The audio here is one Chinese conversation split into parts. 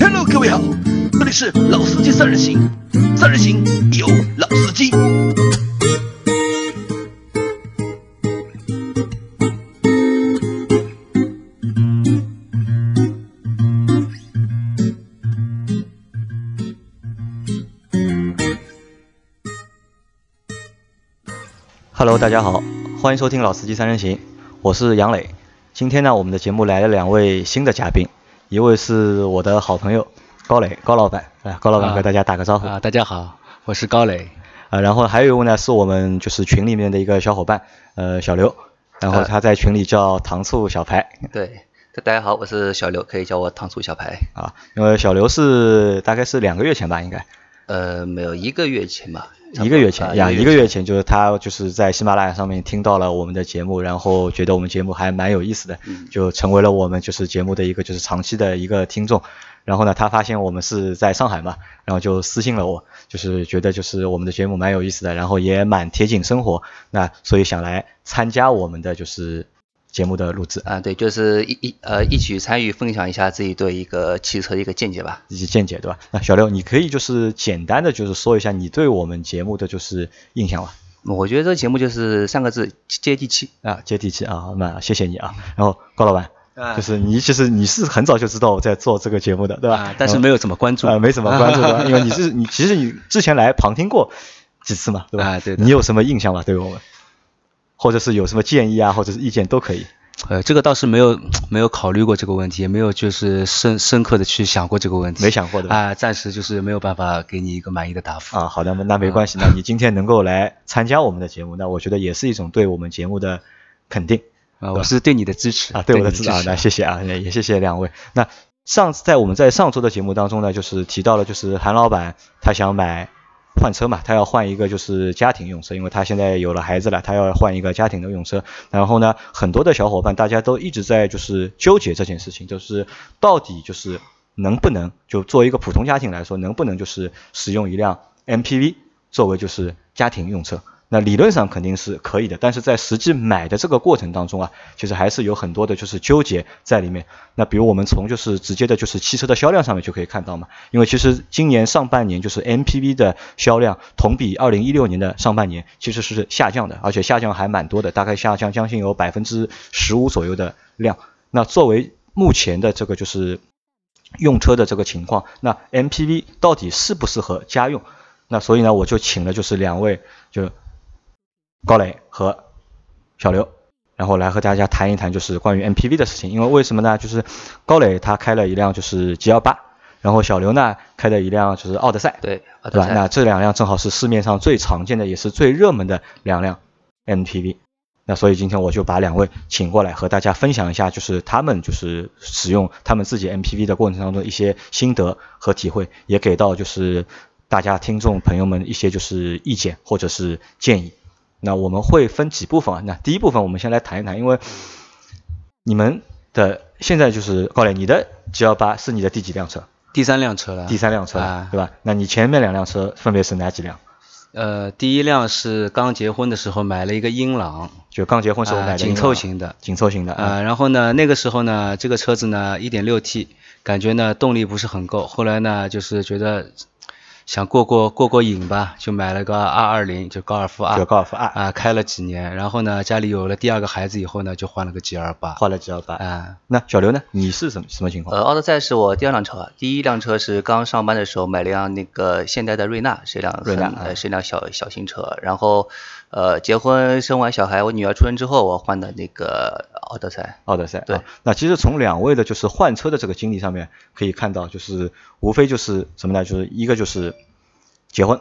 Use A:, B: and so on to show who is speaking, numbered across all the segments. A: Hello，各位好，这里是老司机三人行，三人行有老司机。
B: Hello，大家好，欢迎收听《老司机三人行》，我是杨磊。今天呢，我们的节目来了两位新的嘉宾，一位是我的好朋友高磊，高老板，啊，高老板
C: 啊
B: 和大家打个招呼
C: 啊，大家好，我是高磊。
B: 啊，然后还有一位呢是我们就是群里面的一个小伙伴，呃，小刘，然后
D: 啊
B: 他在群里叫糖醋小排
D: 对，大家好，我是小刘，可以叫我糖醋小排。
B: 啊，因为小刘是大概是两个月前吧，应该
D: 呃，没有一个月前吧，差不
B: 一
D: 多
B: 个月
D: 啊
B: 前呀，
D: 一
B: 一个月前就是他就是在喜马拉雅上面听到了我们的节目，然后觉得我们节目还蛮有意思的，
D: 嗯
B: 就成为了我们就是节目的一个就是长期的一个听众。然后呢，他发现我们是在上海嘛，然后就私信了我，就是觉得就是我们的节目蛮有意思的，然后也蛮贴近生活，那所以想来参加我们的就是节目的录制，
D: 啊，对，就是一一呃一起参与分享一下自己对一个汽车的一个见解吧。
B: 以及见解，对吧？那小刘，你可以就是简单的就是说一下你对我们节目的就是印象吧。
D: 我觉得这个节目就是三个字，接地气。
B: 啊，接地气啊，那谢谢你啊。然后高老板，
C: 啊
B: 就是你其实你是很早就知道我在做这个节目的，对吧？
C: 啊但是没有怎么关注
B: 啊、没怎么关注 的，因为你是你其实你之前来旁听过几次嘛，对吧？
C: 啊对的
B: 你有什么印象吗？对于我们，或者是有什么建议啊，或者是意见都 可以。
C: 呃，这个倒是没有没有考虑过这个问题，也没有就是深深刻的去想过这个问题，
B: 没想过对吧
C: 啊，暂时就是没有办法给你一个满意的答复。
B: 啊，好的，那没关系，那你今天能够来参加我们的节目，那我觉得也是一种对我们节目的肯定。
C: 啊，我是对你的支持
B: 啊，对我的
C: 你
B: 指导，
C: 持
B: 那谢谢啊，也也谢谢两位。那上次在我们在上周的节目当中呢，就是提到了，就是韩老板他想买换车嘛，他要换一个就是家庭用车，因为他现在有了孩子了，他要换一个家庭的用车。然后呢，很多的小伙伴大家都一直在就是纠结这件事情，就是到底就是能不能就作为一个普通家庭来说，能不能就是使用一辆 MPV 作为就是家庭用车。那理论上肯定是可以的，但是在实际买的这个过程当中啊，其实还是有很多的就是纠结在里面。那比如我们从就是直接的就是汽车的销量上面就可以看到嘛，因为其实今年上半年就是 MPV 的销量同比二零一六年的上半年其实是下降的，而且下降还蛮多的，大概下降将近有百分之十五左右的量。那作为目前的这个就是用车的这个情况，那 MPV 到底适不适合家用？那所以呢，我就请了就是两位就高磊和小刘，然后来和大家谈一谈就是关于 MPV 的事情。因为为什么呢？就是高磊他开了一辆就是 G L 八，然后小刘呢开了一辆就是奥德赛，
D: 对，啊，
B: 对吧？
D: 对
B: 那这两辆正好是市面上最常见的，也是最热门的两辆 MPV。那所以今天我就把两位请过来，和大家分享一下，就是他们就是使用他们自己 MPV 的过程当中一些心得和体会，也给到就是大家听众朋友们一些就是意见或者是建议。那我们会分几部分啊？那第一部分我们先来谈一谈，因为你们的现在就是高磊，你的 G 幺八是你的第几辆车？
C: 第三辆车了，
B: 第三辆车了，
C: 啊
B: 对吧？那你前面两辆车分别是哪几辆？
C: 呃，第一辆是刚结婚的时候买了一个英朗，
B: 就刚结婚时候
C: 啊
B: 买的、
C: 紧凑型的
B: 紧凑型的啊、
C: 呃，然后呢，那个时候呢，这个车子呢，1 6 T，感觉呢动力不是很够，后来呢，就是觉得想过过过过瘾吧，就买了个220，就高尔夫 R，
B: 就高尔夫 R
C: 啊、开了几年，然后呢，家里有了第二个孩子以后呢，就换了个 G 2 8
B: 换了 G 幺八。
C: 啊，
B: 那小刘呢？你是什么什么情况？
D: 呃，奥德赛是我第二辆车，第一辆车是刚上班的时候买了辆那个现代的瑞纳，是一辆
B: 瑞纳
D: 很
B: 啊
D: 呃是一辆小小型车。然后，呃，结婚生完小孩，我女儿出生之后，我换的那个奥德赛。
C: 呃
B: 奥德赛。
D: 对
B: 啊那其实从两位的就是换车的这个经历上面可以看到，就是无非就是什么呢？就是一个就是结婚。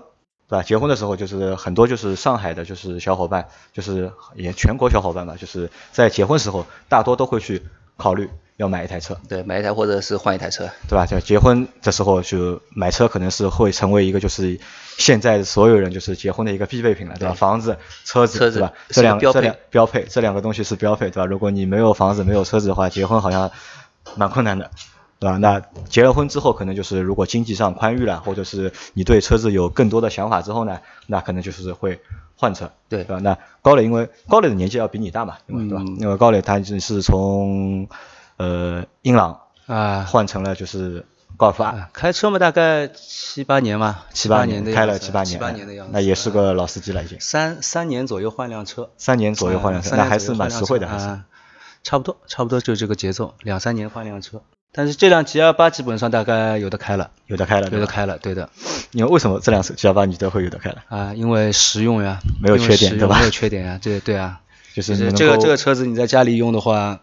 B: 对吧？结婚的时候就是很多就是上海的，就是小伙伴，就是也全国小伙伴吧，就是在结婚时候大多都会去考虑要买一台车，
D: 对，买一台或者是换一台车。
B: 对吧？就结婚的时候就买车，可能是会成为一个就是现在所有人就是结婚的一个必备品了，对吧？
D: 对
B: 房子、车子，
D: 车子
B: 对吧？
D: 是
B: 这两
D: 个标
B: 这
D: 配
B: 两标配这两个东西是标配，对吧？如果你没有房子、没有车子的话，结婚好像蛮困难的。对吧？那结了婚之后，可能就是如果经济上宽裕了，或者是你对车子有更多的想法之后呢，那可能就是会换车，
D: 对嗯
B: 吧？那高磊因为高磊的年纪要比你大嘛，因为对吧？因为高磊他是从呃英朗
C: 啊
B: 换成了就是高尔夫 R，
C: 啊，开车嘛，大概七八年嘛，
B: 七
C: 八
B: 年
C: 的
B: 开了
C: 样子啊
B: 七八
C: 七
B: 年，
C: 八
B: 哎
C: 年的样子，
B: 那也是
C: 啊
B: 个老司机了已经，
C: 三三年左右换辆车，
B: 三年左右换辆
C: 啊
B: 车，
C: 三
B: 那
C: 年
B: 还
C: 左
B: 是
C: 右
B: 蛮
C: 换
B: 实
C: 辆
B: 惠
C: 车
B: 的，还是。
C: 啊，差不多差不多就这个节奏，两三年换辆车。但是这辆 G L 八基本上大概有的开了，
B: 有的开了，
C: 有的
B: 对吧。
C: 开了，对的
B: 因为为什么这辆车 G L 八你都会有的开了？
C: 啊，因为实用呀，
B: 没有
C: 因为
B: 缺点
C: 实
B: 对
C: 用
B: 吧
C: 没有缺点呀，对对啊，
B: 就是
C: 就
B: 你
C: 是
B: 能
C: 这个
B: 够
C: 这个车子你在家里用的话，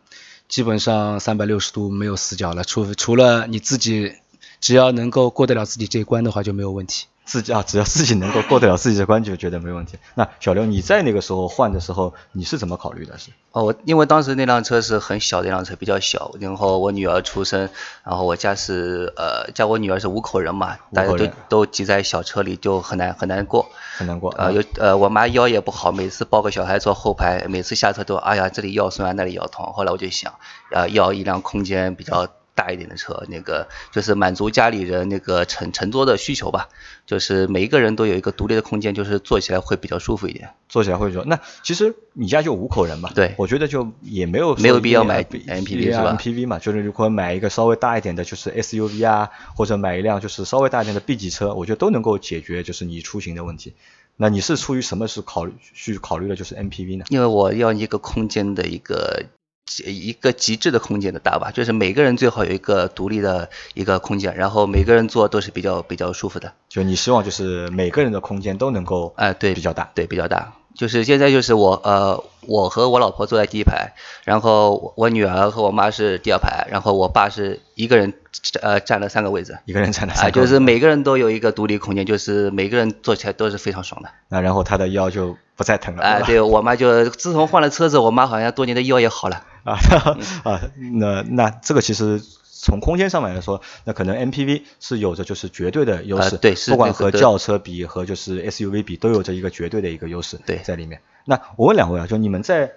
C: 基本上三百六十度没有死角了，除除了你自己，只要能够过得了自己这一关的话就没有问题。
B: 自己啊，只要自己能够过得了自己的关就觉得没问题。那小刘，你在那个时候换的时候，你是怎么考虑的？是
D: 哦，我因为当时那辆车是很小的一辆车，比较小。然后我女儿出生，然后我家是呃，家我女儿是五口人嘛，
B: 五
D: 大家
B: 口
D: 都
B: 人
D: 都挤在小车里，就很难很难过。
B: 很难过
D: 呃，有呃，我妈腰也不好，每次抱个小孩坐后排，每次下车都哎呀，这里腰酸啊，那里腰疼。后来我就想，呃，要一辆空间比较大一点的车，那个就是满足家里人那个乘乘坐的需求吧，就是每一个人都有一个独立的空间，就是坐起来会比较舒服一点。
B: 坐起来会说，那其实你家就五口人嘛，
D: 对
B: 我觉得就也没有说
D: 没有
B: 一
D: 必
B: 定
D: 要买
B: 比
D: MPV
B: 一辆
D: 是吧
B: MPV 嘛，就是如果买一个稍微大一点的，就是 SUV 啊，或者买一辆就是稍微大一点的 B 级车，我觉得都能够解决就是你出行的问题。那你是出于什么是考虑去考虑的就是 MPV 呢？
D: 因为我要一个空间的一个极一个极致的空间的大吧，就是每个人最好有一个独立的一个空间，然后每个人坐都是比较比较舒服的。
B: 就你希望就是每个人的空间都能够
D: 哎、对，
B: 比较大，
D: 对，比较大。就是现在就是我呃，我和我老婆坐在第一排，然后我我女儿和我妈是第二排，然后我爸是一个人呃占了三个位置。
B: 一个人才能
D: 啊、就是每个人都有一个独立空间，就是每个人坐起来都是非常爽的。
B: 那然后他的腰就不再疼了，
D: 哎、
B: 吧
D: 对我妈就自从换了车子，我妈好像多年的腰也好了。
B: 啊
D: 嗯
B: 啊，那那这个其实从空间上面来说，那可能 MPV 是有着就是绝对的优势，
D: 呃对是
B: 不管
D: 那个
B: 和
D: 对
B: 轿车比和就是 SUV 比，都有着一个绝对的一个优势
D: 对
B: 在里面。那我问两位啊，就你们在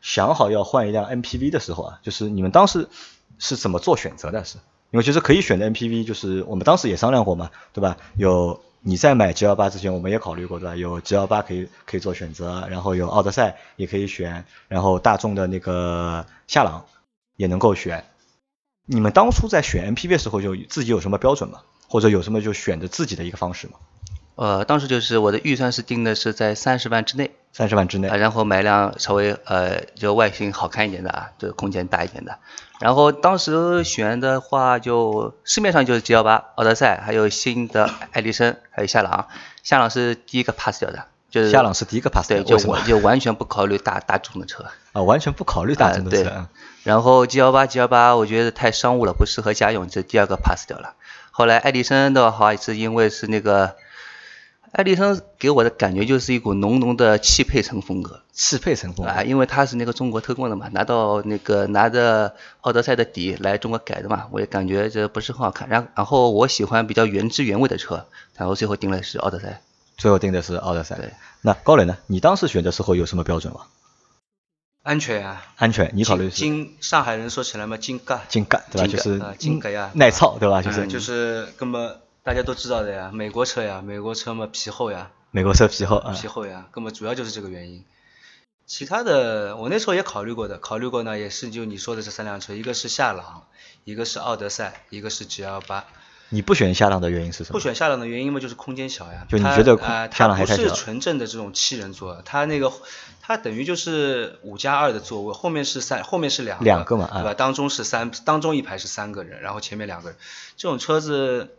B: 想好要换一辆 MPV 的时候啊，就是你们当时是怎么做选择的？是因为其实可以选的 MPV，就是我们当时也商量过嘛，对吧？有你在买 G L 八之前，我们也考虑过，对吧？有 G L 八可以可以做选择，然后有奥德赛也可以选，然后大众的那个夏朗也能够选。你们当初在选 MPV 的时候，就自己有什么标准吗？或者有什么就选择自己的一个方式吗？
D: 呃，当时就是我的预算是定的是在三十万之内，
B: 三十万之内
D: 啊，，
C: 哎
D: 然后买辆稍微呃就外形好看一点的啊，就空间大一点的。然后当时选的话就，市面上就是 G 幺八、奥德赛，还有新的艾力绅，还有夏朗。夏朗是第一个 pass 掉的，就是
B: 夏朗是第一个 pass
D: 对，
B: 掉为
D: 就
B: 什么
D: 我就完全不考虑大大众的车。
B: 啊，完全不考虑
C: 哎
B: 大众的
D: 啊对
B: 车啊，
D: 然后 G 幺八、G 幺八，我觉得太商务了，不适合家用，这第二个 pass 掉了。后来爱迪生的话，是因为是那个爱迪生给我的感觉就是一股浓浓的汽配城风格。
B: 适配成功
C: 哎
D: 啊，因为他是那个中国特供的嘛，拿到那个拿着奥德赛的底来中国改的嘛，我也感觉这不是很好看。然然后我喜欢比较原汁原味的车，然后最后定了是奥德赛。
B: 最后定的是奥德赛
D: 对。
B: 那高磊呢？你当时选的时候有什么标准吗？
C: 安全呀、
B: 安全，你考虑是
C: 金上海人说起来嘛，金盖，
B: 紧干对吧？就
D: 紧干
B: 是嗯
C: 啊紧干呀
B: 耐操对吧？啊就
C: 哎就是是就是根本大家都知道的呀，美国车呀，美国车嘛皮厚呀，
B: 美国车皮厚啊，
C: 皮厚呀，根本主要就是这个原因。其他的，我那时候也考虑过的，考虑过呢，也是就你说的这三辆车，一个是夏朗，一个是奥德赛，一个是 G L 八。
B: 你不选夏朗的原因是什么？
C: 不选夏朗的原因嘛，就是空间小呀。
B: 就你
C: 它
B: 觉得空
C: 啊，
B: 夏朗还
C: 它
B: 太
C: 不是
B: 小
C: 纯正的这种七人座，它那个它等于就是五加二的座位，后面是三，后面是两
B: 两个嘛啊
C: 对吧？当中是三，当中一排是三个人，然后前面两个人，这种车子。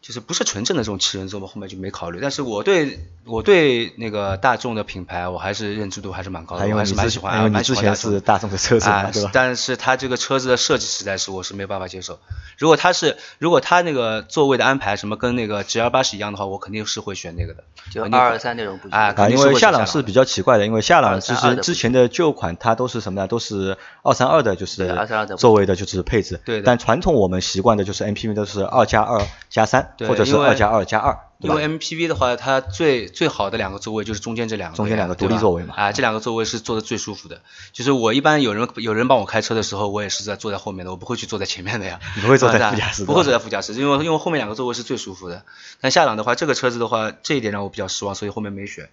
C: 就是不是纯正的这种七人座嘛，后面就没考虑。但是我对我对那个大众的品牌，我还是认知度还是蛮高的，
B: 还
C: 我
B: 有
C: 还
B: 你
C: 是蛮
B: 之
C: 喜
B: 前，
C: 欢
B: 还
C: 啊，
B: 有你
C: 蛮喜
B: 之
C: 欢大
B: 前
C: 众的
B: 是大众的车子嘛，
C: 啊
B: 对吧，？
C: 但是它这个车子的设计实在是我是没办法接受。如果它是如果它那个座位的安排什么跟那个 G L 八是一样的话，我肯定是会选那个的。
D: 就
C: 肯定会
D: 223那种不行
C: 啊，
B: 啊，
C: 肯定
B: 因
C: 是会
B: 为
C: 选
B: 夏
C: 朗呃
B: 朗是比较奇怪的，因为夏朗其
D: 232
B: 实
D: 的
B: 之前的旧款它都是什么呢？都是二三二的，就是
D: 对232的
B: 座位的，就是配置。
C: 对的
B: 但传统我们习惯的就是 MPV 都是二加二加三，
C: 对
B: 或者是
C: 因为
B: 二加二加二，对
C: 因
B: 吧？
C: 为 M P V 的话，它最最好的两个座位就是中间这两个呀，
B: 中间两个
C: 对
B: 独立
C: 吧
B: 座位嘛
C: 啊，这两个座位是坐的最舒服的。就是我一般有人有人帮我开车的时候，我也是在坐在后面的，我不会去坐在前面的呀。
B: 你不会坐在
C: 啊
B: 副驾驶
C: 不
B: 对
C: 会
B: 吧
C: 坐在副驾驶，因为因为后面两个座位是最舒服的。但夏朗的话，这个车子的话，这一点让我比较失望，所以后面没选。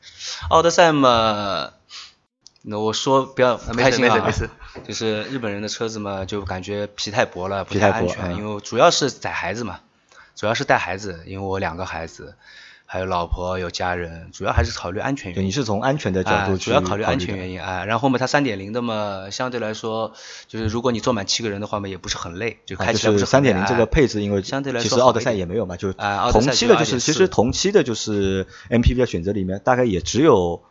C: 奥德赛嘛，那我说不要
D: 没
C: 开
D: 事
C: 心啊，
D: 没事
C: 就是日本人的车子嘛，就感觉皮太薄了，不
B: 皮太
C: 安
B: 薄
C: 全，
B: 嗯
C: 因为主要是载孩子嘛，主要是带孩子，因为我两个孩子，还有老婆有家人，主要还是考虑安全
B: 对，
C: 原
B: 你
C: 因。
B: 是从安全的角
C: 啊，
B: 度去
C: 主要考虑安全
B: 因。
C: 原因啊，然后嘛，它三点零的嘛，相对来说，就是如果你坐满七个人的话嘛，也不是很累，就
B: 啊
C: 开
B: 就
C: 起来不
B: 是
C: 是
B: 三
C: 很累
B: 点零这个
C: 啊
B: 配置，因为
C: 相对来
B: 其
C: 说
B: 实
C: 好
B: 奥德
C: 一
B: 赛
C: 点
B: 也没有嘛，就
C: 啊奥德
B: 同
C: 赛
B: 期
C: 就
B: 的就是
C: 2.4
B: 其实同期的就是 MPV 的选择里面大概也只有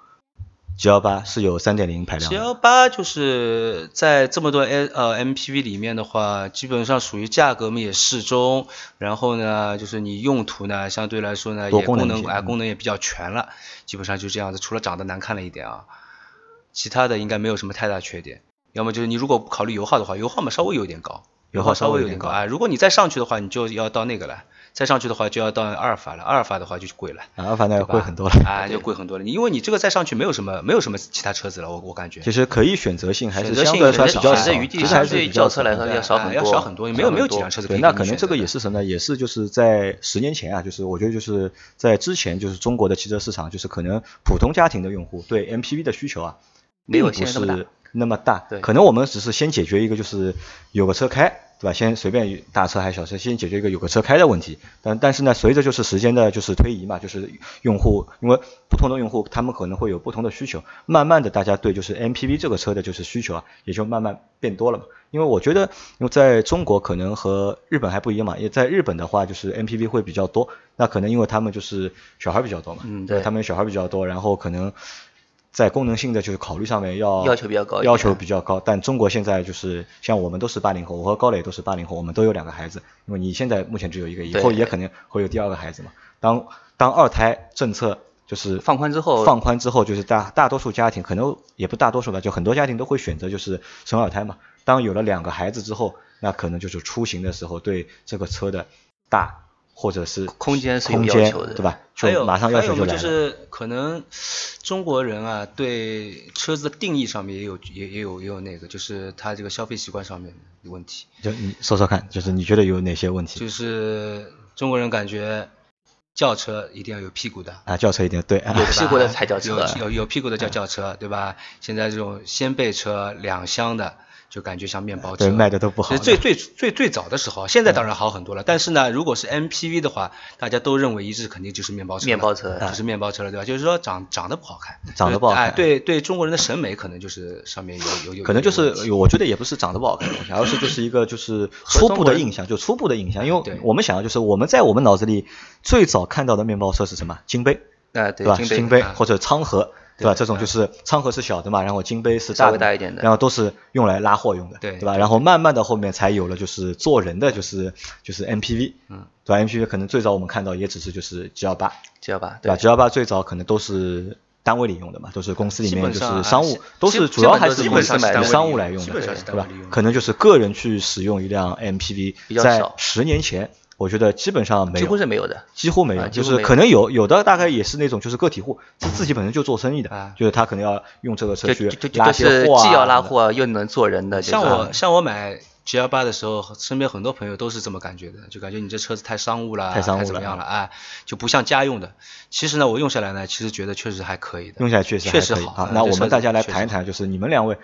B: G 幺八是有三点零排量
C: 七
B: 的，
C: 幺八就是在这么多 A 呃 MPV 里面的话，基本上属于价格嘛也适中，然后呢，就是你用途呢相对来说呢
B: 多
C: 也
B: 功能
C: 功能
B: 一些
C: 啊、
B: 嗯
C: 功能也比较全了，基本上就这样子，除了长得难看了一点啊，其他的应该没有什么太大缺点。要么就是你如果不考虑油耗的话，油耗嘛稍微有点高，
B: 油
C: 油
B: 耗
C: 耗
B: 稍
C: 稍
B: 微
C: 微
B: 有
C: 有
B: 点
C: 点
B: 高
C: 高啊。如果你再上去的话，你就要到那个了，再上去的话就要到阿尔法了，阿尔法的话就贵了。
B: 啊，反正
C: 对吧
B: 贵很多了。
C: 啊，就贵很多了。你因为你这个再上去没有什么，没有什么其他车子了，我我感觉。
B: 其实可以选择性还是
C: 选择
B: 相
C: 性
B: 对来说
C: 还
B: 比
C: 是
B: 较
C: 选
B: 少，
C: 择
D: 余地
B: 其实
D: 相
B: 还是
D: 对
B: 比较
D: 轿车来
B: 少
D: 说
B: 的
C: 对
D: 要少
C: 啊
D: 很
C: 要
D: 多
C: 少很多，没
D: 少
C: 有没
D: 很
C: 有几
D: 多
C: 辆车子可
B: 对，
C: 以
B: 那
C: 给
B: 可
C: 你
B: 能
C: 选
B: 这个
C: 择
B: 也
C: 的
B: 是什么呢？也是就是在十年前啊，就是我觉得就是在之前，就是中国的汽车市场，就是可能普通家庭的用户对 MPV 的需求啊，
D: 没有
B: 并不
D: 现在那么
B: 是
D: 大
B: 那么大。
D: 对
B: 可能我们只是先解决一个就是有个车开，对吧？先随便大车还是小车，先解决一个有个车开的问题。但但是呢，随着就是时间的就是推移嘛，就是用户因为不同的用户他们可能会有不同的需求，慢慢的大家对就是 MPV 这个车的就是需求啊，也就慢慢变多了嘛。因为我觉得，因为在中国可能和日本还不一样嘛，也在日本的话就是 MPV 会比较多，那可能因为他们就是小孩比较多嘛，
C: 嗯
B: 他们小孩比较多，然后可能在功能性的就是考虑上面要
D: 要求比较高一点
B: 要求比较高。但中国现在就是像我们都是八零后，我和高磊都是八零后，我们都有两个孩子，因为你现在目前只有一个，以
D: 对
B: 后也肯定会有第二个孩子嘛。当当二胎政策就是
D: 放宽之后
B: 放宽之后，就是大大多数家庭可能也不大多数吧，就很多家庭都会选择就是生二胎嘛。当有了两个孩子之后，那可能就是出行的时候对这个车的大或者是
D: 空间是有
B: 空
D: 要
B: 间
D: 求的
B: 对吧？
C: 还
B: 就
C: 有
B: 马上要
C: 还
B: 求
C: 有
B: 就
C: 嘛，
B: 来
C: 就
B: 了。
C: 是可能中国人啊，对车子的定义上面也有也也有也有那个，就是他这个消费习惯上面的问题，
B: 就你说说看，就是你觉得有哪些问题？
C: 就是中国人感觉轿车一定要有屁股的。
B: 啊，轿车一定对啊
C: 对
D: 有，
C: 吧
D: 屁股的才叫车
C: 有有有屁股的叫
B: 嗯
C: 轿车，对吧？现在这种掀背车、两厢的，就感觉像面包车，
B: 对卖得都不好嗯
C: 其实最最最最早的时候，现在当然好很多了。但是呢，如果是 MPV 的话，大家都认为一致，肯定就是面包车了，嗯
D: 面包车
C: 就是面包车了，对吧？就是说长长得不好看，
B: 啊长得不好看
C: 哎对对，中国人的审美可能就是上面有有 有，
B: 可能就
C: 有问
B: 是
C: 题
B: 我觉得也不是长得不好看的东西，而是就是一个 就是初步的印象，就初步的印象。因为
C: 对
B: 我们想要就是我们在我们脑子里最早看到的面包车是什么？金杯，对
D: 啊，对
B: 吧？，
D: 金
B: 金
D: 杯
B: 杯或者昌河，对吧？这
C: 啊
B: 种就是昌河是小的嘛，然后金杯是大
D: 稍微
B: 的，
D: 大一点的
B: 然后都是用来拉货用的，
C: 对
B: 对吧？然后慢慢的后面才有了就是做人的就是就是 MPV，
C: 嗯，
B: 对吧？MPV 可能最早我们看到也只是就是 G 幺八，
D: 知道吧？
B: 对吧？G 幺八最早可能都是单位里用的嘛，都是公司里
C: 基
B: 面
C: 本
B: 就
C: 上
B: 是
C: 啊
B: 商务
C: 基，
B: 都
C: 基
B: 是
C: 本
B: 主要
C: 基本
B: 还
C: 都
B: 是
C: 是
B: 以
C: 基本上是单位
B: 商
C: 里
B: 务
C: 用
B: 来用
C: 基
B: 的，
C: 本上
B: 对
C: 是单
B: 吧
C: 位里用？的
B: 可能就是个人去使用一辆 MPV，
D: 比较
B: 在
D: 少
B: 十年前，我觉得基本上没
D: 几乎
B: 有。
D: 是没有的。
B: 几乎没有，
D: 啊几
B: 就
D: 乎
B: 是
D: 没有
B: 可能有有的大概也是那种就是个体户，是自己本身就做生意的
C: 嗯啊，
B: 就是他可能要用这个车
D: 就
B: 去
D: 就就
B: 拉
D: 就
B: 些
D: 是
B: 货啊，
D: 既要拉，货又能做人的，
C: 像
D: 这种
C: 我像我买 G 幺八的时候，身边很多朋友都是这么感觉的，就感觉你这车子太商务了，
B: 太商务了
C: 怎么样了啊，就不像家用的。其实呢，我用下来呢，其实觉得确实还可以的。
B: 用起来确实
C: 确实
B: 还可以
C: 好
B: 啊
C: 嗯。
B: 那
C: 这
B: 我
C: 车
B: 们
C: 子
B: 大家来
C: 确实嗯
B: 谈一谈，就是你们两位，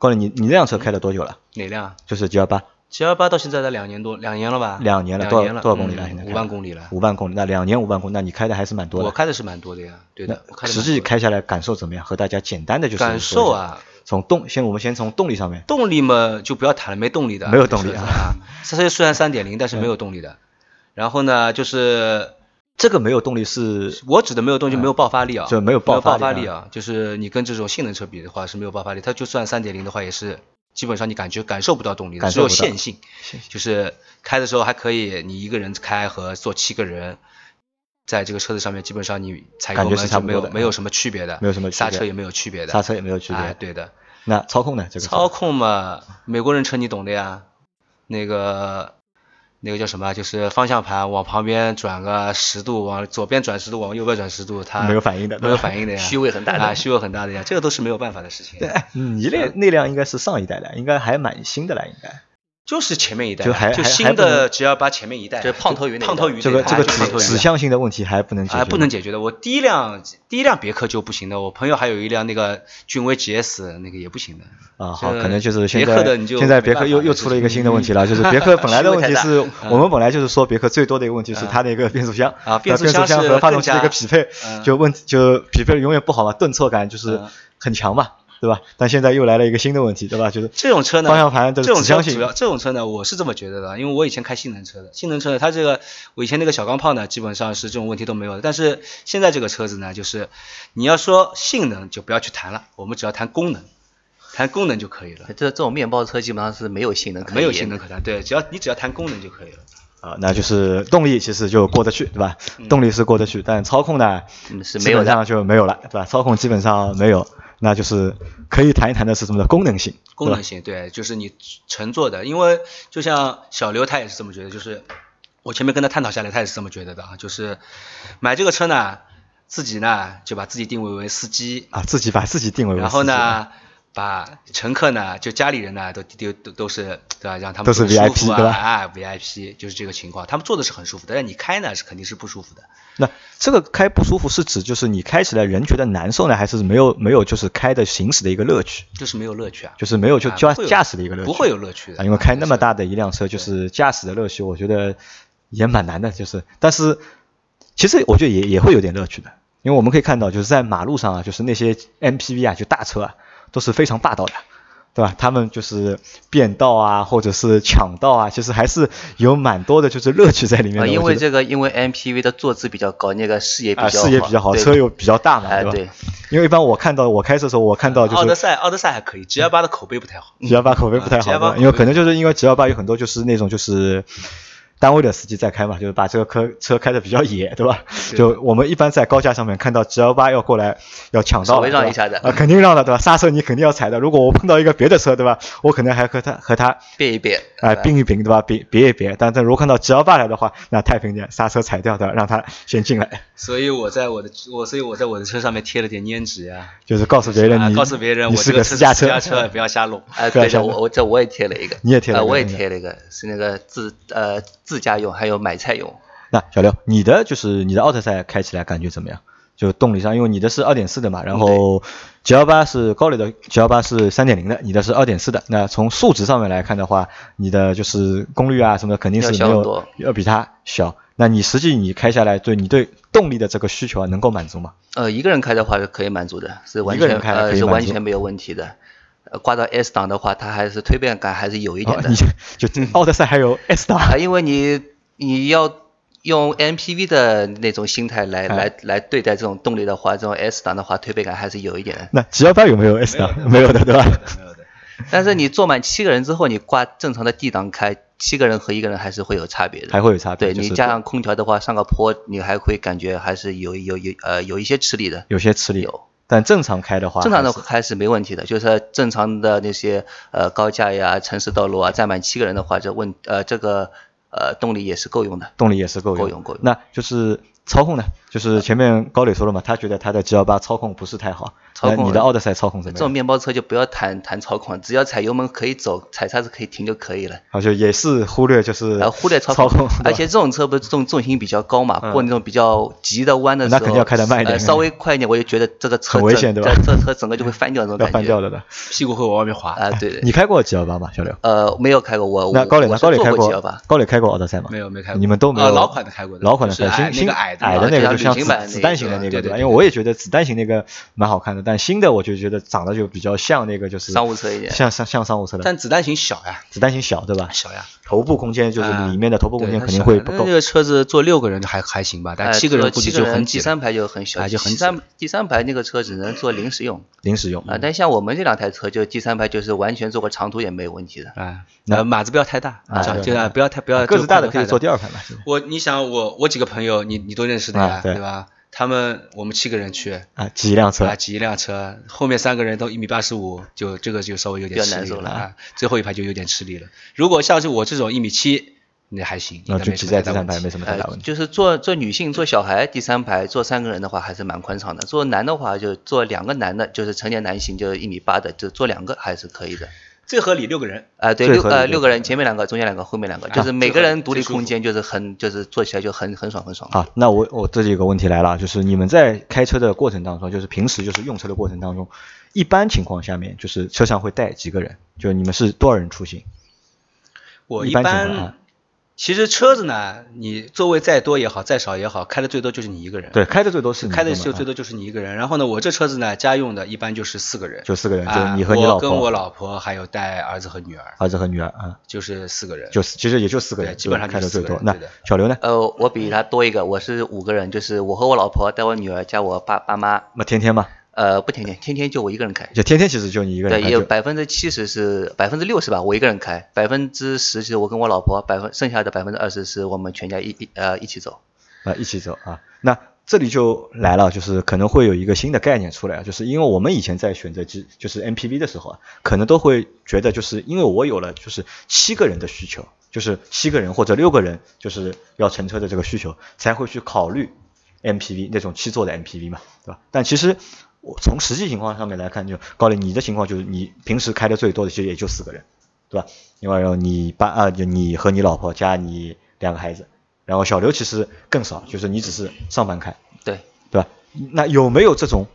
B: 高磊，你你那辆车开了多久了？
C: 哪辆
B: 就是 G 幺八，
C: ？G 幺八到现在才两年多，两年了吧？
B: 两年了，
C: 了，
B: 多少
C: 了嗯
B: 多少公里了？现在
C: 五万公里了。
B: 五万公里，那两年五万公里，那你开的还是蛮多的。
C: 我开的是蛮多的呀，对的，我开的
B: 实
C: 蛮多
B: 际
C: 的
B: 开下来感受怎么样？和大家简单的就是
C: 感
B: 说一
C: 受
B: 下
C: 啊，
B: 从动先我们先从动力上面，
C: 动力嘛就不要谈了，没动力的，
B: 没有动力啊嗯
C: 这车子啊。这车 虽然三点零，但是没有动力的。然后呢，就是
B: 这个没有动力是
C: 我指的没有动力，没有爆发力啊，
B: 哎就没有爆
C: 爆
B: 发力啊
C: 力啊，就是你跟这种性能车比的话是没有爆发力，它就算三点零的话也是基本上你感觉感受不到动力的，
B: 感
C: 只
B: 受不
C: 有
B: 到
C: 线性，就是开的时候还可以，你一个人开和坐七个人。在这个车子上面，基本上你踩
B: 感觉
C: 油
B: 是
C: 门
B: 差
C: 就
B: 不
C: 没
B: 多
C: 有
B: 的
C: 没有什么区别的，
B: 没有什么区
C: 刹
B: 别
C: 车也没有区别的，
B: 刹车也没有区别
C: 哎对的，
B: 那操控呢？这个
C: 操控嘛，美国人车你懂的呀，那个那个叫什么，啊就是方向盘往旁边转个十度，往左边转十度，往右边转十度，它
B: 没有反应的对吧
C: 啊没有反应 的呀，
D: 虚位很大的
C: 啊，虚位很大的呀，
B: 嗯
C: 这个都是没有办法的事情。
B: 对，哎你那那辆应该是上一代的，应该还蛮新的了，应该
C: 就是前面一代，啊
B: 就还
C: 就
B: 还
C: 新
B: 还不
C: 的，
B: 能
C: 只要把前面一代，
D: 就胖头鱼那一
C: 胖
D: 代
C: 头鱼
B: 这个
C: 一代
B: 这个
C: 就胖
B: 指
C: 头鱼那一代
B: 指向性的问题还不能解决，
C: 啊，不能解决的。我第一辆第一辆别克就不行的，我朋友还有一辆那个君威 GS，那个也不行的。
B: 啊，好，
C: 这
B: 可能就是现
C: 别克的
B: 在
C: 你就
B: 现在
C: 没
B: 别
C: 办
B: 克
C: 法
B: 又
C: 了
B: 又
C: 就
B: 出了一
C: 是
B: 个新的问题了，就是别 克本来的问题是我们本来就是说别克最多的一个问题是它的一个变速箱
C: 嗯啊
B: 呃
C: 变
B: 变
C: 速
B: 速
C: 箱
B: 箱
C: 是
B: 和发
C: 更
B: 动机的一个
C: 加
B: 匹配
C: 嗯，
B: 就问就匹配永远不好嘛，顿挫感就是
C: 嗯
B: 很强嘛，对吧？但现在又来了一个新的问题，对吧？就是
C: 这种车呢，
B: 方向盘的
C: 这种
B: 指
C: 车
B: 向
C: 主
B: 性
C: 要这种车呢，我是这么觉得的，因为我以前开性能车的，性能车呢，它这个我以前那个小钢炮呢，基本上是这种问题都没有的。但是现在这个车子呢，就是你要说性能就不要去谈了，我们只要谈功能，谈功能就可以了，
D: 这这种面包车基本上是没有性能可言，
C: 没有性能可谈。对，只要你只要谈功能就可以了。
B: 啊，那就是动力其实就过得去，对吧？动力是过得去，但操控呢
D: 嗯是没
B: 基
D: 有
B: 本
D: 的。
B: 上就没有了，对吧？操控基本上没有，那就是可以谈一谈的是什么的功能性，
C: 功能性，对，就是你乘坐的，因为就像小刘他也是这么觉得，就是我前面跟他探讨下来，他也是这么觉得的啊，就是买这个车呢，自己呢就把自己定位为司机，
B: 啊，自己把自己定位为
C: 然后
B: 司机啊
C: 呢把乘客呢就家里人呢都都都都是对吧，让他们
B: 都是
C: 坐得舒服
B: VIP 对吧
C: 啊啊 VIP 就是这个情况，他们坐的是很舒服的，但你开呢是肯定是不舒服的，
B: 那这个开不舒服是指就是你开起来人觉得难受呢，还是没有没有就是开的行驶的一个乐趣，
C: 就是没有乐趣啊，
B: 就是没有就
C: 啊
B: 驾
C: 不会有
B: 驾驶的一个乐趣？
C: 不会有乐趣的
B: 啊，因为开那么大的一辆
C: 对
B: 车，就是驾驶的乐趣，我觉得也蛮难的，就是但是其实我觉得也也会有点乐趣的，因为我们可以看到就是在马路上啊，就是那些 MPV 啊，就大车啊，都是非常霸道的。对吧？他们就是变道啊，或者是抢道啊，其实还是有蛮多的，就是乐趣在里面的。
D: 啊，因
B: 我觉
D: 为
B: 得
D: 这个，因为 MPV 的坐姿比较高，那个视野比
B: 啊，
D: 较好，
B: 视野比较好，
D: 对
B: 车又比较大嘛，
D: 哎
B: 吧？
D: 对
B: 因为一般我看到我开车的时候，我看到就
C: 奥德
B: 是
C: 赛奥德赛还可以，G L 八的口碑不太好，
B: G L 八口碑不太好
C: 啊，G8 口
B: 的，
C: 碑
B: 因为可能就是因为 G L 八有很多就是那种就是单位的司机在开嘛，就是把这个车车开的比较野，对吧？就我们一般在高架上面看到 G L 八要过来要抢道
D: 稍
B: 了，
D: 微
B: 对吧
D: 让一下的
B: 啊，肯定让的，对吧？刹车你肯定要踩的。如果我碰到一个别的车，对吧？我可能还和他和他
D: 变一变，啊
B: 哎，
D: 对吧
B: 并一并，对吧？别别一别，但是如果看到 G L 八来的话，那太平点，刹车踩掉的，让他先进来，
C: 所以我在我的我所以我在我的车上面贴了点粘纸呀、
B: 就是告诉别人
C: 啊，
B: 你
C: 告诉别人
B: 你
C: 我
B: 是个
C: 这车
B: 私
C: 是
B: 家
C: 私家
B: 车，
C: 车，不要瞎弄。
D: 哎，
B: 对
D: 对
B: 像
D: 的， 我我这我也贴了一个，
B: 你也贴了
D: 呃
B: 一个
D: 我也
B: 那个
D: 贴了一个，是那个自呃自驾用，还有买菜用，
B: 那小刘，你的就是你的奥德赛开起来感觉怎么样？就动力上，因为你的是二点四的嘛，然后 G L 八是高磊的，G L 八是三点零的，你的是二点四的。那从数值上面来看的话，你的就是功率啊什么的肯定是
D: 要小
B: 没
D: 很多
B: 有要比它小。那你实际你开下来，对你对动力的这个需求啊，能够满足吗？
D: 呃，一个人开的话是可以满足的，是完
B: 一个
D: 全
B: 人开还
D: 呃
B: 可以
D: 是
B: 满
D: 完
B: 足
D: 全没有问题的。呃，挂到 S 档的话，它还是推背感还是有一点
B: 哦，
D: 的
B: 你， 就就奥德赛还有 S 档，
D: 啊，因为你你要用 MPV 的那种心态来
B: 哎
D: 来来对待这种动力的话，这种 S 档的话，推背感还是有一点的。
B: 那 G L 八有没有 S 档？没有的，对吧？
D: 但是你坐满七个人之后，你挂正常的 D 档开，七个人和一个人还是会有差别的。
B: 还会有差别
D: 对
B: 啊就是
D: 你加上空调的话，上个坡你还会感觉还是有有有呃有一些吃力的。
B: 有些吃力
D: 有，
B: 但正常开的话，
D: 正常的
B: 还是
D: 还是没问题的，就是正常的那些呃高架呀、城市道路啊，站满七个人的话，这问呃这个呃动力也是够用的。
B: 动力也是够用，
D: 够用够用
B: 那就是操控呢，就是前面高磊说了嘛，他觉得他的 G L 八操控不是太好，
D: 操控
B: 那你的奥德赛操控怎
D: 这
B: 么
D: 种
B: 样？
D: 面包车就不要谈谈操控，只要踩油门可以走，踩刹车可以停就可以了。
B: 好，就也是忽略就是
D: 然后呃忽略操
B: 操控，对吧
D: 而且这种车不是重重心比较高嘛，
B: 嗯
D: 过那种比较急的弯的时候，
B: 那肯定要开得慢一点嗯
D: 呃稍微快一点，我就觉得这个车
B: 很危险
D: 整
B: 对吧
D: 这这车整个就会翻掉 那种
B: 要
D: 感觉。
B: 翻掉的的。
C: 屁股会往外面滑。
D: 啊，对对。
B: 你开过 G L 八吗，小刘？
D: 呃，没有开过我，
B: 那
D: 我
B: 高磊呢？
D: 我是
B: 高磊
D: 坐
B: 开
D: 过 G L 吧？
B: 高磊开过奥德赛吗？
C: 没有没开过
B: 你们都没有。
C: 呃老款的开过的
B: 老款的
C: 就是
B: 开，
C: 矮
B: 新新
C: 那个矮的
B: 矮
D: 嘛
B: 那
D: 哦就
B: 个
D: 像
B: 就像
D: 旅行版那
B: 子
D: 个
B: 子弹型的那
C: 对
B: 个
C: 对
B: 吧？
C: 对
B: 因为我也觉得子弹型那个蛮好看的，但新的我就觉得长得就比较像那个就是
D: 商务车一点
B: 像像像商务车的，
C: 但子弹型小呀，
B: 子弹型小对吧？
C: 小呀，
B: 头部空间就是
C: 啊
B: 里面的头部空
C: 对
B: 间
C: 它
B: 肯定
C: 小
B: 会
C: 呀
B: 不
C: 那
B: 够
C: 这。个车子坐六个人还还行吧，但
D: 呃
C: 七个人
D: 坐
C: 估计
D: 七
C: 就
D: 个
C: 很
D: 人
C: 挤
D: 第
C: 了
D: 三排就很小，
C: 啊就很
D: 第三第三排那个车只能坐临时用
B: 临时用
D: 啊、但像我们这两台车，就第三排就是完全坐个长途也没有问题的。
C: 啊，
B: 那
C: 呃码子不要太大，
B: 啊
C: 这样
B: 对
C: 就啊不要太不要
B: 个子大的
C: 就
B: 可以
C: 宽
B: 坐第二排嘛。是吧
C: 我你想我我几个朋友，你你都认识的呀，
B: 啊对
C: 对吧？他们我们七个人去，
B: 啊，挤一辆车
C: 啊，，挤一辆车，后面三个人都一米八十五，就这个就稍微有点
D: 比较
C: 吃
D: 难
C: 力
D: 受了
C: 啊，最后一排就有点吃力了。如果像是我这种一米七，那还行，应
B: 那
C: 该
B: 就
C: 没
B: 挤
C: 什么
B: 在
C: 太
B: 第
C: 大
B: 三排
C: 问
B: 没
C: 题啊
B: 什么太大
D: 呃
B: 问，题。
D: 就是坐坐女性、坐小孩第三排，坐三个人的话还是蛮宽敞的。坐男的话就坐两个男的，就是成年男性，就一米八的，就坐两个还是可以的。
C: 最合理六个人，
D: 啊，对，
B: 最
D: 六
B: 合理
D: 呃
B: 的
D: 六个人，前面两个，中间两个，后面两个，就是每
C: 最合
D: 个
C: 理
D: 人独
C: 最
D: 立
C: 舒
D: 空
C: 服
D: 间，就是很就是坐起来就很很爽很爽。
B: 好，啊那我我这里有个问题来了，就是你们在开车的过程当中，就是平时就是用车的过程当中，一般情况下面就是车上会带几个人？就你们是多少人出行？
C: 我
B: 一
C: 一
B: 般情况啊
C: 般。其实车子呢，你座位再多也好，再少也好，开的最多就是你一个人。
B: 对，开的最多是你啊
C: 开的
B: 一个
C: 就
B: 嘛
C: 最多就是你一个人。然后呢，我这车子呢，家用的一般就是四个人，
B: 就四个人，就
C: 啊
B: 你和你老婆、
C: 我跟我老婆还有带儿子和女儿，
B: 儿子和女儿啊，
C: 就是四个人。
B: 就是其实也就四个人，
C: 对基本上
B: 对吧开
C: 就
B: 的
C: 是
B: 最
C: 四个
B: 多。
C: 人
B: 那
C: 对的
B: 小刘呢？
D: 呃，我比他多一个，我是五个人，就是我和我老婆带我女儿加我爸爸妈，
B: 那天天嘛，
D: 呃，不天天，天天就我一个人开。
B: 就天天其实就你一个人
D: 对，
B: 开
D: 也有
B: 就。
D: 百分之七十是百分之六十吧，我一个人开，百分之十是我跟我老婆，百分剩下的百分之二十是我们全家一一呃一起走。
B: 啊，一起走啊。那这里就来了，就是可能会有一个新的概念出来，啊就是因为我们以前在选择机就是 MPV 的时候啊，可能都会觉得就是因为我有了就是七个人的需求，就是七个人或者六个人就是要乘车的这个需求，才会去考虑 MPV 那种七座的 MPV 嘛，对吧？但其实我从实际情况上面来看就，高磊你的情况就是你平时开的最多的其实也就四个人，对吧？另外有你爸啊，就你和你老婆加你两个孩子，然后小刘其实更少，就是你只是上班开，
D: 对，
B: 对吧？那有没有这种，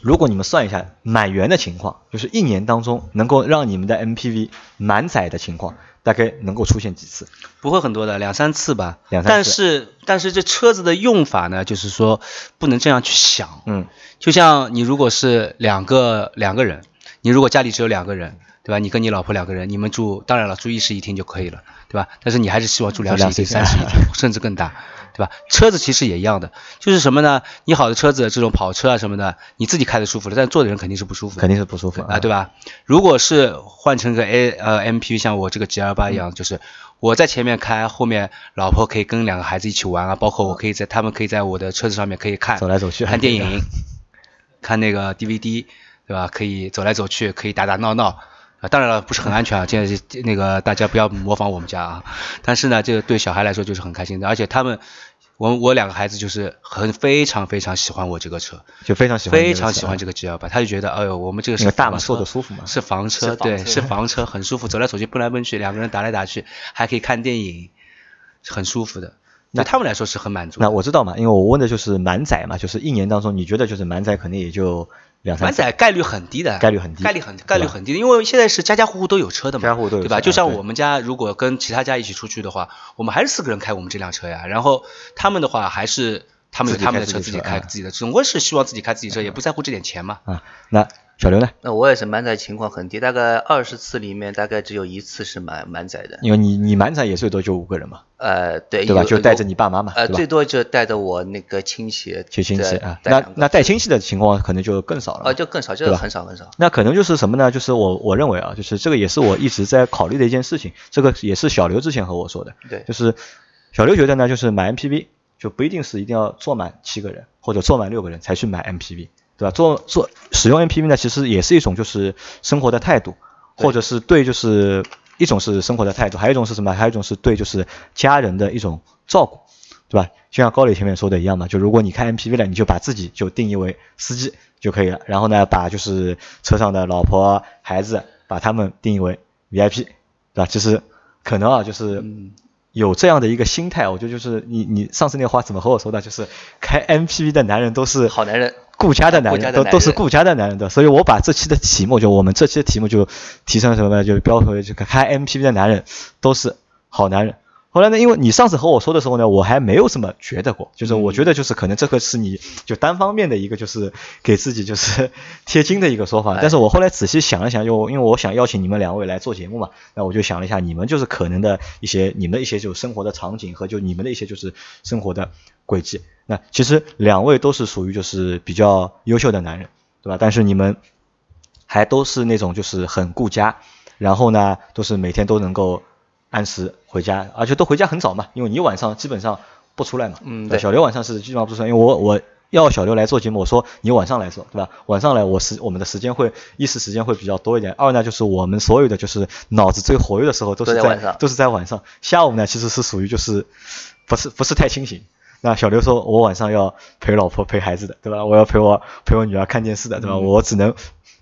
B: 如果你们算一下满员的情况，就是一年当中能够让你们的 MPV 满载的情况，大概能够出现几次？
C: 不会很多的，两三次吧。
B: 两三
C: 但
B: 次
C: 是但是这车子的用法呢，就是说不能这样去想。
B: 嗯，
C: 就像你如果是两个两个人，你如果家里只有两个人，对吧？你跟你老婆两个人，你们住，当然了，住一室一厅就可以了，对吧？但是你还是希望住两室一厅、
B: 住两
C: 三
B: 室一
C: 室一厅，甚至更大，对吧？车子其实也一样的，就是什么呢？你好的车子，这种跑车啊什么的，你自己开的舒服了，但坐的人肯定是不舒服的，
B: 肯定是不舒服
C: 啊，对吧？如果是换成个 A 呃 MPV，像我这个 G L 八一
B: 嗯
C: 样，就是我在前面开，后面老婆可以跟两个孩子一起玩啊，包括我可以在他们可以在我的车子上面可以看
B: 走来走去
C: 看电
B: 对
C: 影，看那个 DVD，对吧？可以走来走去，可以打打闹闹。啊，当然了，不是很安全啊，现在是那个大家不要模仿我们家啊。但是呢，这个对小孩来说就是很开心的，而且他们，我我两个孩子就是很非常非常喜欢我这个车，
B: 就非常喜欢你
C: 非
B: 的
C: 常
B: 车
C: 喜欢这个 G L 八，他就觉得，哎呦，我们这个
B: 那
C: 是
B: 个大
C: 房
B: 嘛
C: 车
B: 坐得舒服嘛
C: 是房
D: 是
C: 车，
D: 房
C: 对，
D: 车
C: 是房车，很舒服，走来走去，奔来奔去，两个人打来打去，还可以看电影，是很舒服的。对他们来说是很满足的。
B: 那我知道嘛，因为我问的就是满载嘛，就是一年当中你觉得就是满载肯定也就两三
C: 满
B: 次。
C: 载概率很低的，
B: 概率很低
C: 概率很
B: 对吧
C: 概率很低的，因为现在是家家户户都有车的嘛，
B: 家家户户都有
C: 对
B: 车
C: 吧？就
B: 啊
C: 像
B: 对
C: 我们家如果跟其他家一起出去的话，我们还是四个人开我们这辆车呀，然后他们的话还是他们有
B: 自己
C: 他们
B: 开自
C: 的车，
B: 己
C: 自己
B: 车
C: 开
B: 啊
C: 自己的，总归是希望自己开自己车，也不在乎这点钱嘛。
B: 啊，那小刘呢？
D: 那我也是满载情况很低，大概二十次里面大概只有一次是满满载的。
B: 因为你你满载也最多就五个人嘛，
D: 呃，对，
B: 对吧？
D: 有
B: 就带着你爸妈嘛，
D: 呃，
B: 对
D: 最
B: 吧？
D: 多就带着我那个亲戚，
B: 去亲戚
D: 对
B: 啊，
D: 带
B: 那
D: 两个
B: 那带亲戚的情况可能就更少了嘛。
D: 呃就更少，就
B: 对
D: 是
B: 吧
D: 很少很少。
B: 那可能就是什么呢？就是我我认为啊，就是这个也是我一直在考虑的一件事情。这个也是小刘之前和我说的，
D: 对
B: 就是小刘觉得呢，就是买 MPV 就不一定是一定要坐满七个人或者坐满六个人才去买 MPV，对吧？坐坐使用 MPV 呢，其实也是一种就是生活的态度，或者是对就是一种是生活的态度，还有一种是什么？还有一种是对就是家人的一种照顾。对吧？就像高磊前面说的一样嘛，就如果你开 MPV 了，你就把自己就定义为司机就可以了。然后呢，把就是车上的老婆、孩子，把他们定义为 VIP，对吧？就是可能啊，就是有这样的一个心态，我觉得就是你你上次那话怎么和我说的？就是开 MPV 的男人都是
D: 好男人
B: 顾家的男
D: 顾
B: 人，
D: 家的
B: 都
D: 男
B: 都是
D: 人
B: 顾家的男人的。所以我把这期的题目，就我们这期的题目就提成什么呢？就标回这个开 MPV 的男人都是好男人。后来呢，因为你上次和我说的时候呢，我还没有这么觉得过，就是我觉得就是可能这个是你就单方面的一个就是给自己就是贴金的一个说法，但是我后来仔细想了想，就因为我想邀请你们两位来做节目嘛，那我就想了一下你们就是可能的一些你们的一些就生活的场景和就你们的一些就是生活的轨迹。那其实两位都是属于就是比较优秀的男人，对吧？但是你们还都是那种就是很顾家，然后呢都是每天都能够按时回家，而且都回家很早嘛，因为你晚上基本上不出来嘛。
D: 嗯
B: 对吧
D: 对
B: 小刘晚上是基本上不出来，因为我我要小刘来做节目，我说你晚上来做，对吧？晚上来我时我们的时间会一是时间会比较多一点，二呢就是我们所有的就是脑子最活跃的时候都是
D: 都在晚上
B: 都是在晚上，下午呢其实是属于就是不是不是太清醒。那小刘说，我晚上要
C: 嗯
B: 陪老婆陪孩子的，对吧？我要陪我陪我女儿看电视的，对吧？我只能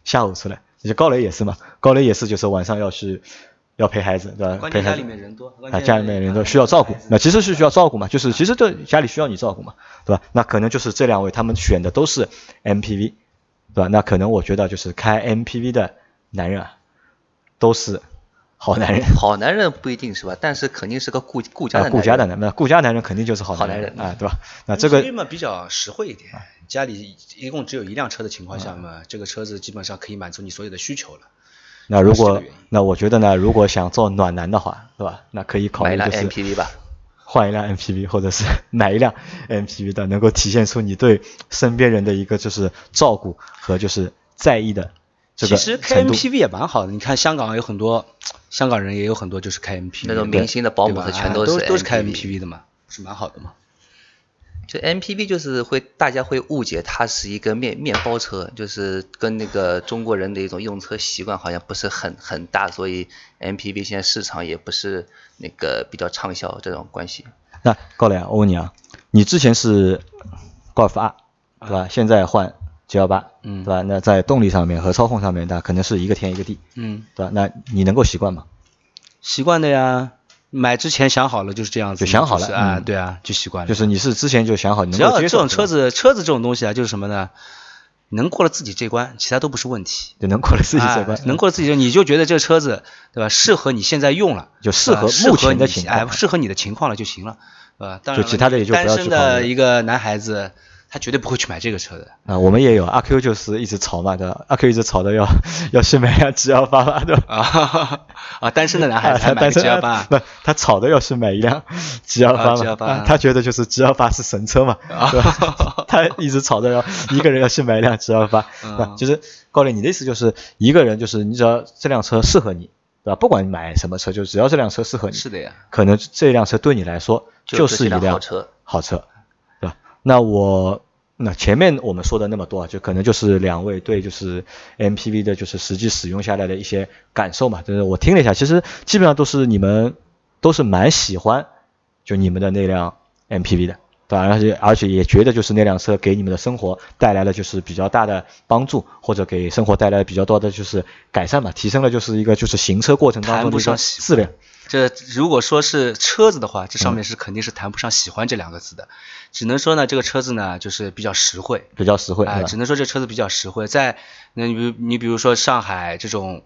B: 下午出来，就高磊也是嘛，高磊也是就是晚上要去要陪孩子，对吧？
C: 关
B: 陪
C: 键
B: 孩
C: 家
B: 子
C: 里。面人多，关
B: 啊，
C: 键
B: 家里面人都需要照顾
C: 孩子，啊
B: 那其实是需要照顾嘛，就是其实对家里需要你照顾嘛，对吧？那可能就是这两位他们选的都是 MPV，对吧？那可能我觉得就是开 MPV 的男人啊，都是好男 人，
D: 好男人不一定是吧，但是肯定是个顾顾家
B: 啊，
D: 的男
B: 顾
D: 人。
B: 家的男人，顾家男人肯定就是好
D: 好
B: 男
D: 男
B: 人
D: 人
B: 啊，对吧？那这个哎
C: MPV 嘛比较实惠一点，家里一共只有一辆车的情况下嘛，这个车子基本上可以满足你所有的需求了。
B: 那如
C: 是这
B: 果
C: 个原因
B: 那我觉得呢，如果想做暖男的话，对吧？那可以考
D: 买
B: 虑
D: 一辆
B: 就是
D: MPV 吧。
B: 换一辆 MPV，或者是 买一辆 MPV 的，能够体现出你对身边人的一个就是照顾和就是在意的这个
C: 其实开
B: 程度。
C: MPV 也蛮好的，你看香港有很多，香港人也有很多就是开 MPV
D: 那种
C: 对
D: 明星的保姆
C: 对吧
D: 的全
C: 啊
D: 都
C: 都
D: 是
C: 是开
D: MPV
C: MPV 的嘛，不是蛮好的嘛。
D: 就 MPV 就是会大家会误解它是一个面面包车，就是跟那个中国人的一种用车习惯好像不是很很大，所以 MPV 现在市场也不是那个比较畅销这种关系。
B: 那高磊啊，我问你啊，你之前是高尔夫 R，对吧？现在换 G 幺八，
C: 啊嗯
B: 对吧？那在动力上面和操控上面，那可能是一个天一个地，
C: 嗯，
B: 对吧？那你能够习惯吗？
C: 习惯的呀，买之前想好了就是这样子嘛，
B: 就想好了
C: 就是啊，
B: 嗯
C: 对啊，就习惯了。
B: 就是你是之前就想好你能
C: 只要
B: 够
C: 这
B: 接受
C: 种车
B: 子，
C: 子，车子这种东西啊，就是什么呢？能过了自己这关，其他都不是问题。
B: 就能过了自己这
C: 哎
B: 关，
C: 能过了自己这，你就觉得这车子，对吧？适合你现在用了，
B: 就适合
C: 啊
B: 目前的
C: 适合你
B: 情况
C: 哎适合你的情况了就行了，呃，当然
B: 就
C: 了
B: 其他的也就不要
C: 单
B: 去
C: 身
B: 考虑了
C: 的一个男孩子，他绝对不会去买这个车的。
B: 啊，我们也有阿 Q，就是一直吵嘛，对吧？阿 Q 一直吵着要要去买辆 G 幺八嘛，对吧？
C: 啊啊！单身的男孩
B: 啊，
C: 子还
B: 他
C: 买
B: 但
C: 个
B: 是呃
C: G 幺八，
B: 不，他吵着要去买一辆 G 幺八
C: 啊
B: 嘛
C: ，G28，
B: 啊他觉得就是 G 幺八是神车 嘛，
C: 啊
B: 对吧？ 他一直吵着要一个人要去买一辆 G 幺八，那
C: 嗯
B: 就是高磊，你的意思就是一个人就是你只要这辆车适合你，对吧？不管你买什么车，就只要这辆车适合你，
C: 是的呀。
B: 可能这辆车对你来说
D: 就
B: 就是是一
D: 辆
B: 辆
D: 好车，
B: 好车，对吧？那我那前面我们说的那么多啊，就可能就是两位对就是 MPV 的就是实际使用下来的一些感受嘛，就是我听了一下，其实基本上都是你们都是蛮喜欢就你们的那辆 MPV 的，对吧？而且而且也觉得就是那辆车给你们的生活带来了就是比较大的帮助，或者给生活带来比较多的就是改善嘛，提升了就是一个就是行车过程当中
C: 谈
B: 的
C: 不
B: 一个
C: 上喜
B: 质量。
C: 这如果说是车子的话，
B: 嗯
C: 这上面是肯定是谈不上喜欢这两个字的，只能说呢，这个车子呢就是比较实惠，
B: 比较实惠，
C: 哎，
B: 对吧
C: 只能说这车子比较实惠。在那你比如你比如说上海这种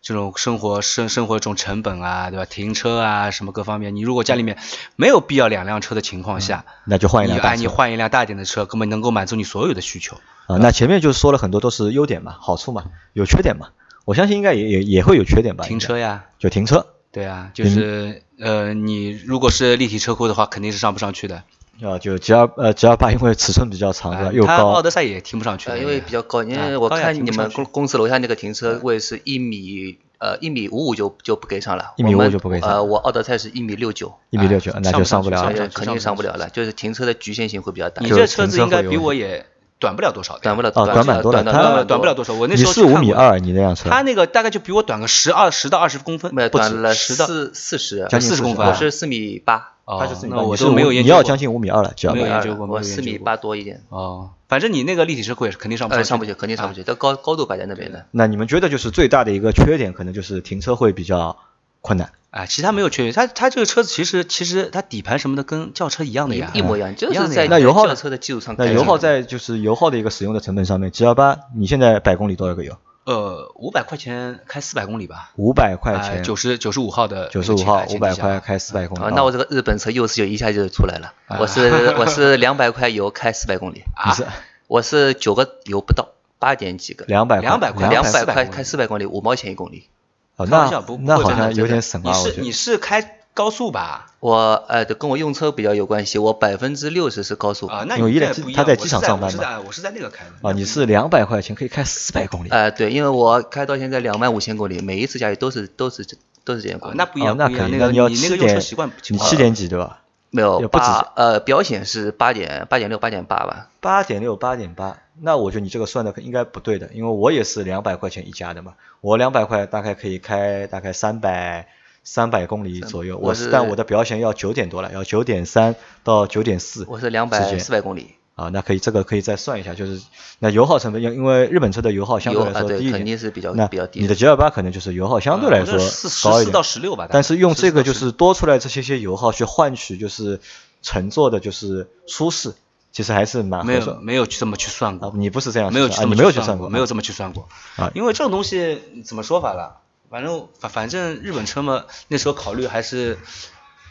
C: 这种生活生生活这种成本啊，对吧？停车啊什么各方面，你如果家里面没有必要两辆车的情况下，
B: 那嗯就换一辆
C: 你
B: 大
C: 哎
B: 车
C: 你换一辆大一点的车，根本能够满足你所有的需求。
B: 啊，那前面就说了很多都是优点嘛，好处嘛，有缺点嘛，我相信应该也也也会有缺点吧。
C: 停
B: 应该
C: 车呀，
B: 就停车，
C: 对啊，
B: 嗯
C: 就是呃，你如果是立体车库的话，肯定是上不上去的。
B: 啊，就 G 二呃 G 二八因为尺寸比较长，对吧？
C: 哎
B: 又
C: 它奥
B: 高，
C: 德赛也停不上去
D: 呃，
C: 的，
D: 因为比较高，因为
C: 啊
D: 我
C: 高雅
D: 看
C: 停不
D: 你们
C: 上去
D: 公公司楼下那个停车位是一米呃一米五五就就不给上了，
B: 一米
D: 我们
B: 55就不给上
D: 呃，我奥德赛是一米六九，
B: 一米六九，那就上不了
C: 哎
B: 了
C: 上不。上去
D: 肯定上不了了，就是停车的局限性会比较大
C: 你，
B: 就
C: 这车
B: 停
C: 子
B: 车
C: 应该
B: 会有
C: 比
B: 问
C: 我也短不了多少的呀。
D: 短不了
B: 哦短板
D: 短
B: 多了它
D: 短
C: 短不了多少。我那
B: 你
C: 时候
B: 是
C: 去
B: 五
C: 看
B: 米
C: 过
B: 二，你那辆车
C: 他那个大概就比我短个十二十到二十公分，
D: 没有
C: 不止
D: 短了
C: 十到
D: 四四十，
B: 将近
C: 40公分
D: 我
C: 啊
D: 是四米八，
C: 哦
B: 它是四米
C: 那
B: 八
C: 我
B: 你
C: 都
B: 是
C: 没有
B: 五
C: 研
B: 你
C: 究
B: 要
C: 过
B: 将近五米二了，G 二
C: 没有
B: 八
C: 研究过没有
D: 我
C: 研
D: 四
C: 究
D: 米
C: 过
D: 八多一点，
C: 哦，反正你那个立体车库也是肯定上不
D: 呃，上不
C: 去
D: 去，
C: 的，
D: 肯定上不
C: 啊。
D: 去，这高高度摆在那边的。
B: 那你们觉得就是最大的一个缺点，可能就是停车会比较困难。
C: 哎，其他没有缺点，它它这个车子其实其实它底盘什么的跟轿车一样的呀，
D: 一一模一样，就
C: 一样
D: 是
C: 的
D: 在
C: 呀
B: 那油耗
D: 轿车的基础上改
B: 那
D: 进的。
B: 油耗在就是油耗的一个使用的成本上面，G 二八你现在百公里多少个油？
C: 呃五百块钱开四百公里吧，
B: 五百块
C: 哎
B: 钱，
C: 九十九十五号的
B: 九十五号，五百块开四百公
D: 啊，
B: 里。
D: 那我
B: 哦
D: 这个日本车优势就一下就出来了。我是我是两百块油开四百公里，
B: 你
C: 啊
B: 是
D: 我是九个油不到，八点几个，
B: 两百
C: 200块
D: 两
B: 两
C: 200
D: 百块
C: 公里
D: 开四百公里，五毛钱一公里。
B: 哦，
C: 开玩笑
B: 那
C: 不
B: 那
C: 不
B: 好
C: 会真
B: 像
C: 的
B: 有
C: 真的
B: 点省
C: 你
B: 啊，我觉
C: 是
B: 得
C: 你。是开高速吧？
D: 我呃，对，跟我用车比较有关系，我百分之六十是高速。
C: 啊，那
B: 因为
C: 你
B: 伊
C: 这
B: 朗
C: 也
B: 机
C: 不一
B: 他
C: 样，
B: 在
C: 我
B: 机
C: 是
B: 场上班
C: 我是
B: 嘛
C: 在我是在那个开的
B: 啊，你是两百块钱可以开四百公里，
D: 呃，对，因为我开到现在两万五千公里，每一次加油都是都是这都是这样公
C: 啊
D: 里。
C: 那不一
B: 哦
C: 样，，
B: 那
C: 不一
B: 可
C: 样，
B: 以，
C: 个
B: 你要
C: 你那
B: 七
C: 个用车
B: 点
C: 习惯不，
B: 你七点几对吧？
D: 没
B: 也
D: 有
B: 不止
D: 八呃，表显是八点八点六八点八吧。
B: 八点六，八点八，那我觉得你这个算的应该不对的，因为我也是两百块钱一家的嘛，我两百块大概可以开大概三百三百公里左右，
D: 我
B: 我
D: 是
B: 但我的表显要九点多了，要九点三到九点四，
D: 我是两
B: 之
D: 百
B: 间
D: 四百公里，
B: 啊，那可以这个可以再算一下，就是那油耗成本，因因为日本车的油耗相对
D: 油
B: 来
D: 啊
B: 说
D: 对
B: 低一点，
D: 肯定是比较
B: 那
D: 比较低
B: 你的 G 2 8可能就是油耗相对
C: 呃
B: 来说
C: 四啊十
B: 高一
C: 四
B: 点，
C: 到十六吧，大概
B: 但是用这个就
C: 14到
B: 是多出来这些些油耗去换取就是乘坐的就是舒适，其实还是蛮啊合
C: 没
B: 算
C: 有没有去这么去算过
B: 啊，，你不是这样
C: 没有
B: 去
C: 去
B: 算啊
C: 这
B: 你
C: 么
B: 没有去
C: 算
B: 过，
C: 没有这么去算过
B: 啊
C: 因为这种东西怎么说法了？反正反反正日本车嘛，那时候考虑还是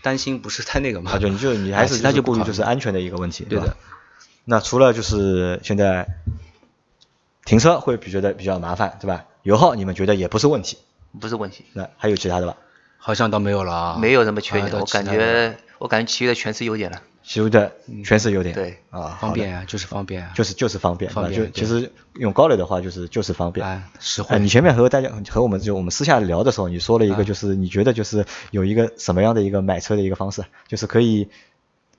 C: 担心不是太那个嘛，
B: 啊，就你就你还是
C: 哎
B: 就
C: 他就是不
B: 顾虑
C: 考
B: 就是安全的一个问题，
C: 对
B: 吧
C: 的。
B: 那除了就是现在停车会比觉得比较麻烦，对吧？油耗你们觉得也不是问题，
D: 不是问题，
B: 那还有其他的吧？
C: 好像倒没有了啊，
D: 没有什么缺
C: 啊
D: 点，
C: 到
D: 我
C: 其
D: 感
C: 他的
D: 觉我感觉其余的全是优点了。
B: 其余的全是优点，
D: 对
B: 啊，
C: 嗯方
B: 好的
C: 便啊，就是方便啊，
B: 就是就是方便，
C: 方
B: 对吧
C: 便
B: 就其
C: 对
B: 实用高磊的话就是就是方便。
C: 哎实
B: 哎，
C: 惠
B: 你前面和大家和我们就我们私下聊的时候，你说
C: 啊
B: 了一个，就是你觉得就是有一个什么样的一个买车的一个方式，就是可以。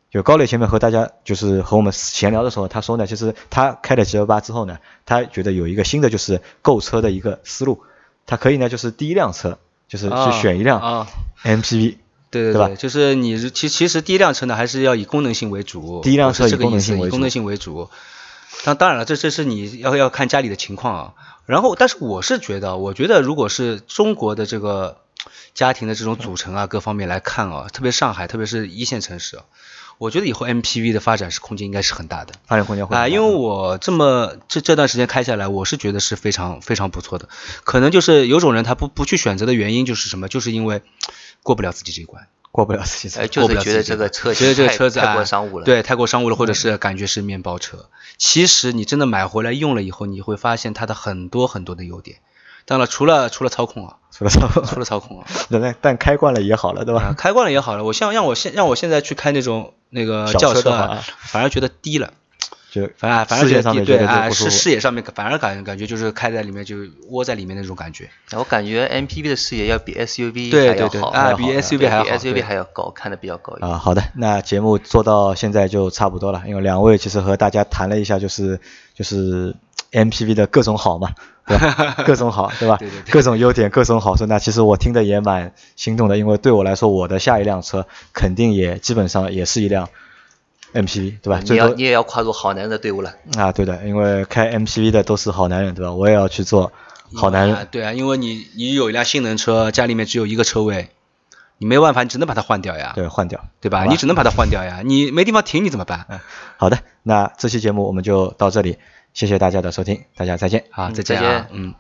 B: 就高磊前面和大家就是和我们闲聊的时候，他说呢，就是他开了 G L 八之后呢，他觉得有一个新的就是购车的一个思路，他可以呢就是第一辆车就是去
C: 啊
B: 选一辆
C: 啊
B: M P V，、
C: 对对
B: 对吧
C: 就是你是其其实第一辆车呢，还是要以功能性为主。
B: 第一辆
C: 我是
B: 车以
C: 这个
B: 功能
C: 意思
B: 性为
C: 以功
B: 主
C: 能性为主。当当然了，这这是你要要看家里的情况啊。然后，但是我是觉得，我觉得如果是中国的这个家庭的这种组成啊，各方面来看啊，特别上海，特别是一线城市啊，我觉得以后 MPV 的发展是空间应该是很大的。
B: 发展空间会
C: 啊、
B: 很
C: 因
B: 大
C: 为我这么这这段时间开下来，我是觉得是非常非常不错的。可能就是有种人他不不去选择的原因就是什么，就是因为过不了自己这一关。
B: 过不了自己这
D: 哎，
B: 个
D: 就是觉得这个车
C: 觉得这个
D: 太
C: 车子
D: 太
C: 哎
D: 过商务了。
C: 对，太过商务了，或者
B: 嗯
C: 是感觉是面包车。其实你真的买回来用了以后，你会发现它的很多很多的优点。当然了，除了除了操 控啊，
B: 除了操控，
C: 除了操控啊，
B: 但但开惯了也好了，对
C: 啊
B: 吧？
C: 开惯了也好了。我像让我现让我现在去开那种那个
B: 小
C: 轿
B: 车的
C: 车
B: 话
C: 啊
B: 啊，
C: 反而觉得低了。
B: 就
C: 反正反
B: 视
C: 正觉
B: 觉
C: 得
B: 上
C: 低
B: 面
C: 对
B: 觉得就
C: 啊，
B: 不舒
C: 视
B: 服
C: 视野上面反而感感觉就是开在里面就窝在里面那种感觉。
D: 我感觉 MPV 的视野要比 SUV
C: 对
D: 还要
C: 对对
D: 好，
C: 啊
D: 还要
C: 比
D: 好
C: SUV
D: 对
C: 还要
D: 比
C: 好
D: SUV
C: 对
D: 还要高，看得比较高一点。
B: 啊，好的，那节目做到现在就差不多了，因为两位其实和大家谈了一下，就是就是 MPV 的各种好嘛，对吧？各种好，对吧？
C: 对对对
B: 各种优点，各种好处。那其实我听的也蛮心动的，因为对我来说，我的下一辆车肯定也基本上也是一辆 MPV，对吧？
D: 你
B: 最
D: 要
B: 多
D: 你也要跨入好男人的队伍了。
B: 啊，对的，因为开 MPV 的都是好男人，对吧？我也要去做好男
C: 啊
B: 人。
C: 对啊，因为你你有一辆性能车，家里面只有一个车位，你没办法，你只能把它换掉呀，
B: 对，换掉。
C: 对吧？
B: 好吧
C: 你只能把它换掉呀，你没地方停，你怎么办？
D: 嗯
B: 好的，那这期节目我们就到这里，谢谢大家的收听，大家再见。
C: 好，
D: 嗯
C: 再
D: 再
C: 见啊
D: 见，
C: 嗯。